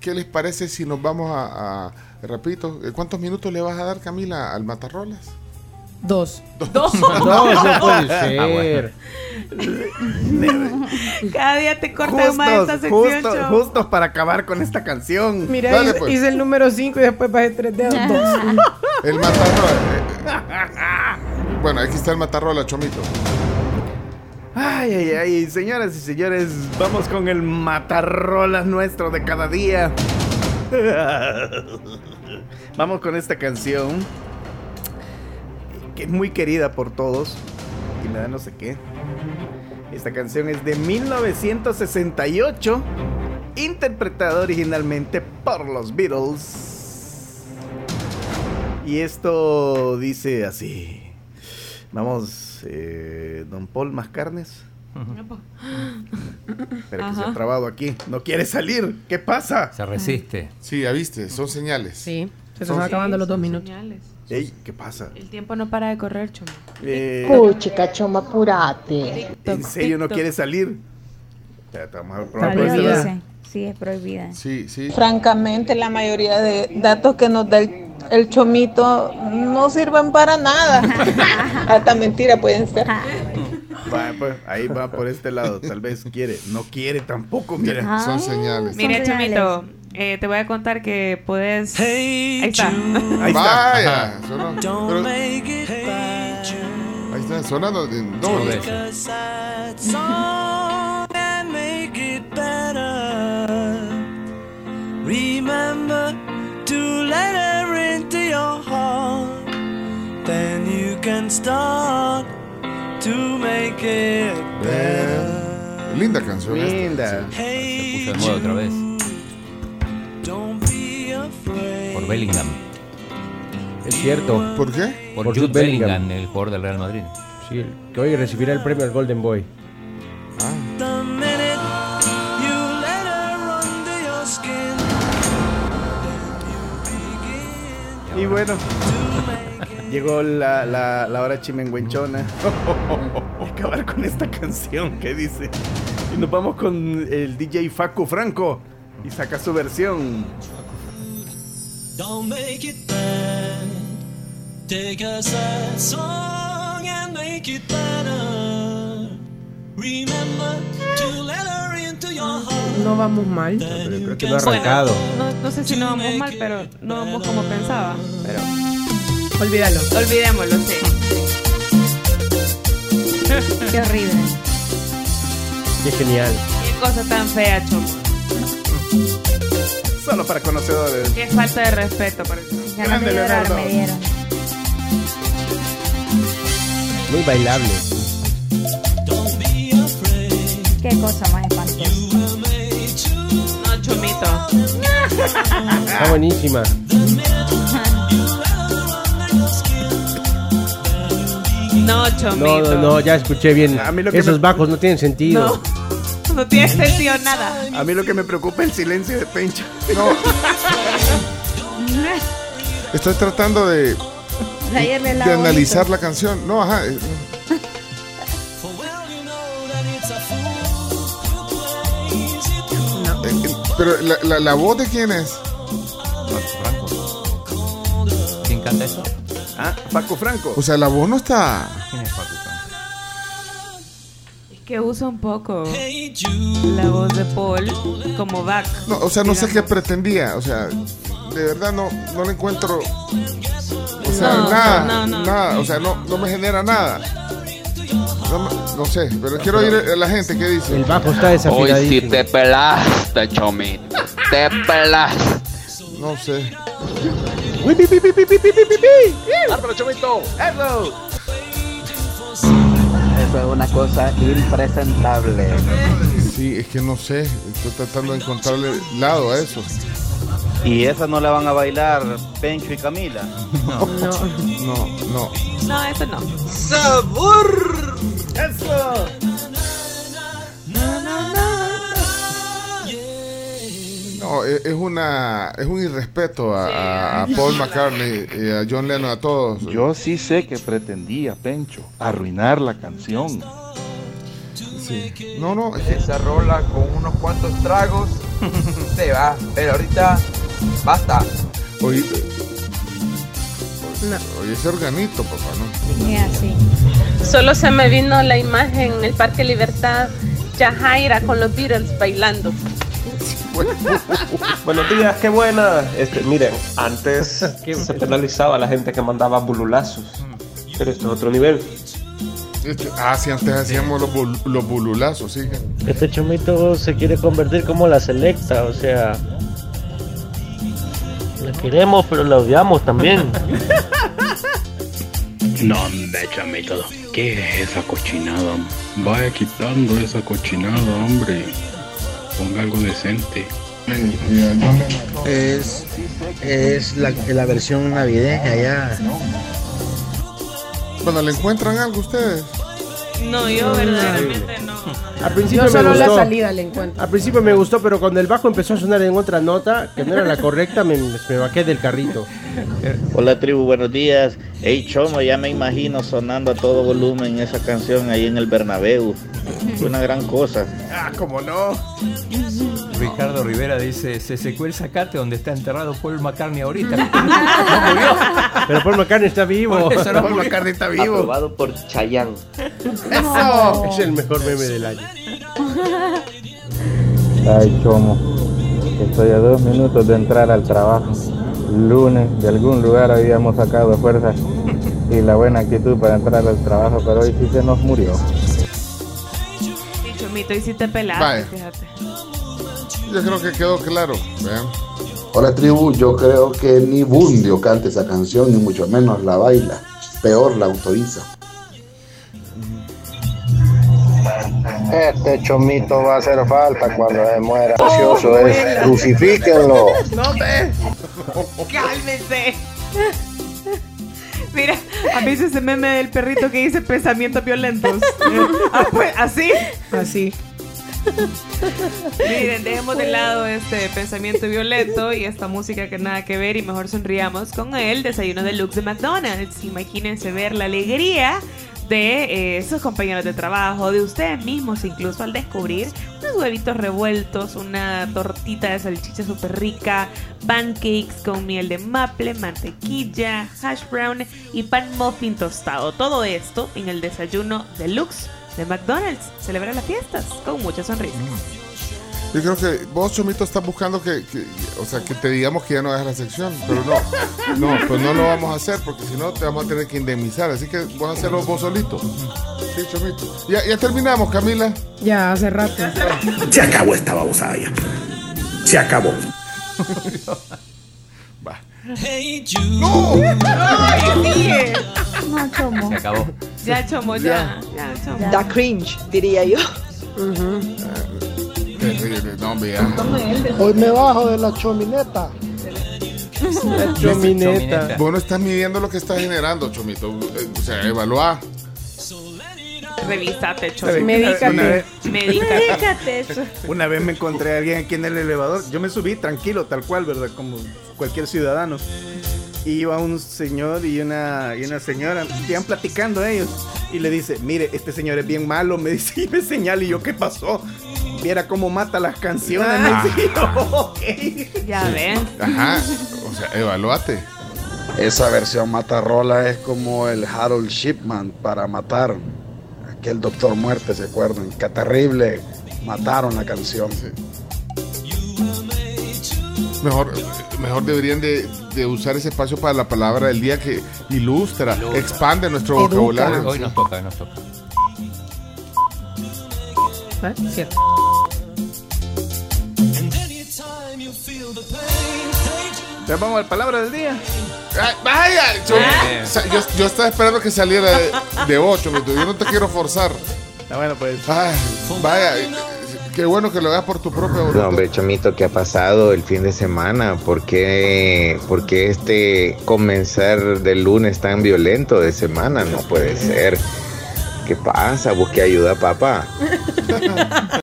qué les parece si nos vamos a, a- repito, eh, ¿cuántos minutos le vas a dar, Camila, al Matarrolas? Dos. Dos. No, no puede Ah, ser. Cada día te cortan más esta Justos, sección, justos, chavo. justos para acabar con esta canción. Mira, Dale, hice, pues. hice el número 5 y después bajé tres dedos. Dos. El Matarrolas. Bueno, aquí está el Matarrolas, Chomito. Ay, ay, ay, señoras y señores, vamos con el matarrolas nuestro de cada día. vamos con esta canción que es muy querida por todos y me da no sé qué. Esta canción es de 1968, interpretada originalmente por los Beatles. Y esto dice así. Vamos, eh, don Paul, más carnes. Espera que se ha Ajá. trabado aquí. No quiere salir. ¿Qué pasa? Se resiste. Sí, ya viste, son señales. Sí. Se nos van acabando los dos minutos. Ey, ¿qué pasa? El tiempo no para de correr, chum. Eh, Puchica, choma, apurate. ¿En serio no quiere salir? Espérate, vamos a probar Dale, por este lado. Prohibida. Sí, es prohibida. Sí, sí. Francamente, la mayoría de datos que nos da el, el chomito no sirven para nada. Hasta mentira pueden ser. Va, pues, ahí va por este lado. Tal vez quiere. No quiere tampoco, mira. Ah, Son señales. son Mira, señales. Chomito, eh, te voy a contar que puedes. Ahí está. Ahí está. Vaya, sonó. Pero- Ahí está, sonando en Dos doble. veces. Linda canción. esta. Linda. Se puso de moda otra vez. Por Bellingham. Es cierto. ¿Por qué? Por, Por Jude Jude Bellingham, el jugador del Real Madrid. Sí, el que hoy recibirá el premio al Golden Boy. Ah, Y bueno, llegó la, la, la hora chimenguenchona. Y acabar con esta canción que dice. Y nos vamos con el DJ Facu Franco. Y saca su versión. No vamos mal. Pero yo creo que lo ha arrancado. No, no sé si no vamos mal, pero no vamos como pensaba. Pero Olvídalo. Olvidémoslo, sí. Qué horrible. Qué genial. Qué cosa tan fea, Chum. solo para conocedores. Qué falta de respeto por eso. Ganas de Grande, llorar Leonardo. me dieron. Muy bailable. Qué cosa más espantosa. No, Chumito. Está buenísima. No, No, Chomito. no, no, ya escuché bien. A mí lo que Esos me- bajos no tienen sentido. No, no tiene sentido nada. A mí lo que me preocupa es el silencio de Pencha. estás tratando de, Ayer le de lavo analizar bonito. la canción. No, ajá. eh, eh, eh, Pero la, la, la voz de quién es? Franco. ¿Quién canta eso? Ah, Facu Franco. O sea, la voz no está. ¿Quién es Facu Franco? Es que usa un poco la voz de Paul como back. No, o sea, no sé qué digamos. pretendía. O sea, de verdad no, no le encuentro. O sea, No, nada. no, no, no. Nada. O sea, no, no me genera nada. No, me- no sé, pero quiero oír a la gente que dice. El bajo está Hoy sí desafinadísimo. te pelaste, Chomito. Te pelaste. No sé. Uy, pi, pi, pi, pi, pi, pi, pi, pi. ¡Árbaro, Chomito! ¡Erro! Eso es una cosa impresentable. Sí, es que no sé. Estoy tratando de encontrarle lado a eso. Y esa no la van a bailar Pencho y Camila. No, no. No, eso no. ¡Eso! No, e- es una es un irrespeto a, a- a Paul McCartney y a John Lennon a todos. Yo sí sé que pretendía, Pencho, arruinar la canción. Sí. No, no, es que- Esa rola con unos cuantos tragos Se va, pero ahorita basta. Oye, oye ese organito, papá, ¿no? Solo se me vino la imagen en el Parque Libertad, Yajaira con los Beatles bailando. Buenos días, qué buena. Este, miren, antes se penalizaba a la gente que mandaba bululazos, pero esto es otro nivel. Este- ah, sí, antes hacíamos los, bul- los bululazos, sí. Este chomito se quiere convertir como la selecta, o sea. La queremos, pero la odiamos también. No, hombre, chamito. ¿Qué es esa cochinada? hombre? Vaya quitando esa cochinada, hombre. Ponga algo decente. Es, es la, la versión navideña ya. Cuando le encuentran algo ustedes. No, yo verdaderamente no. Al Yo solo la salida le encuentro. Al principio me gustó, pero cuando el bajo empezó a sonar en otra nota, que no era la correcta, me, me bajé del carrito. Hola tribu, buenos días. Hey Chomo, ya me imagino sonando a todo volumen esa canción ahí en el Bernabéu. Fue una gran cosa. Ah, cómo no. Ricardo Rivera dice, se secó el zacate donde está enterrado Paul McCartney ahorita. Pero Paul McCartney está vivo. Por eso no murió. Aprobado por Chayanne. No. Es el mejor meme del año. Ay, chomo. Estoy a dos minutos de entrar al trabajo. Lunes, de algún lugar habíamos sacado fuerzas y la buena actitud para entrar al trabajo, pero hoy sí se nos murió. Y Chomito, y si te Vaya. pelaste, fíjate. Yo creo que quedó claro. vean. Hola tribu, yo creo que ni Bundio canta esa canción, ni mucho menos la baila. Peor la autoriza. Este chomito va a hacer falta cuando se muera. Ocioso es, crucifíquenlo. No te. Cálmese. Mira, a mí se ese meme del perrito que dice pensamientos violentos. Ah, pues, así. Así. Miren, dejemos de lado este pensamiento violento y esta música que nada que ver y mejor sonriamos con el desayuno deluxe de McDonald's. Imagínense ver la alegría de eh, sus compañeros de trabajo, de ustedes mismos incluso al descubrir unos huevitos revueltos, una tortita de salchicha súper rica, pancakes con miel de maple, mantequilla, hash brown y pan muffin tostado. Todo esto en el desayuno deluxe de McDonald's. Celebra las fiestas con mucha sonrisa. Yo creo que vos, Chomito, estás buscando que, que- o sea, que te digamos que ya no es la sección, pero no. No, pues no lo vamos a hacer porque si no te vamos a tener que indemnizar. Así que vos hacerlo vos solito. Sí, Chomito. Ya, ya terminamos, Camila. Ya hace rato. Se acabó esta babosada ya. Se acabó. ¡No! No, chomo. Se acabó. Ya, chomo, ya. Ya, chomo. Da cringe, diría yo. Terrible, no, mira. Hoy me bajo de la chomineta. Chomineta. Vos no estás midiendo lo que estás generando, Chomito. Eh, O sea, evalúa. Revisate, chomo. Una vez- una vez- Medícate. Una vez me encontré a alguien aquí en el elevador. Yo me subí tranquilo, tal cual, ¿verdad? Como cualquier ciudadano. Y iba un señor y una, y una señora. Iban platicando ellos. Y le dice, mire, este señor es bien malo. Me dice, y me señala. Y yo, ¿qué pasó? Viera cómo mata las canciones. Ah. Me dice, yo, ok. Ya ven. Ajá. O sea, evalúate. Esa versión matarrola es como el Harold Shipman para matar. Aquel Doctor Muerte, ¿se acuerdan? Qué terrible. Mataron la canción. Mejor, mejor deberían de, de usar ese espacio para la palabra del día que ilustra, expande nuestro Educa. vocabulario. Hoy nos toca, hoy nos toca. ¿Eh? Cierto. Entonces vamos a la palabra del día. Ay, vaya, yo, o sea, yo, yo estaba esperando que saliera de, de 8, yo no te quiero forzar. Está bueno, pues. Ay, vaya, qué bueno que lo hagas por tu propia No, voluntad. hombre, Chomito, ¿qué ha pasado el fin de semana? ¿Por qué, por qué este comenzar del lunes tan violento de semana? No puede ser. ¿Qué pasa? Busque ayuda, papá.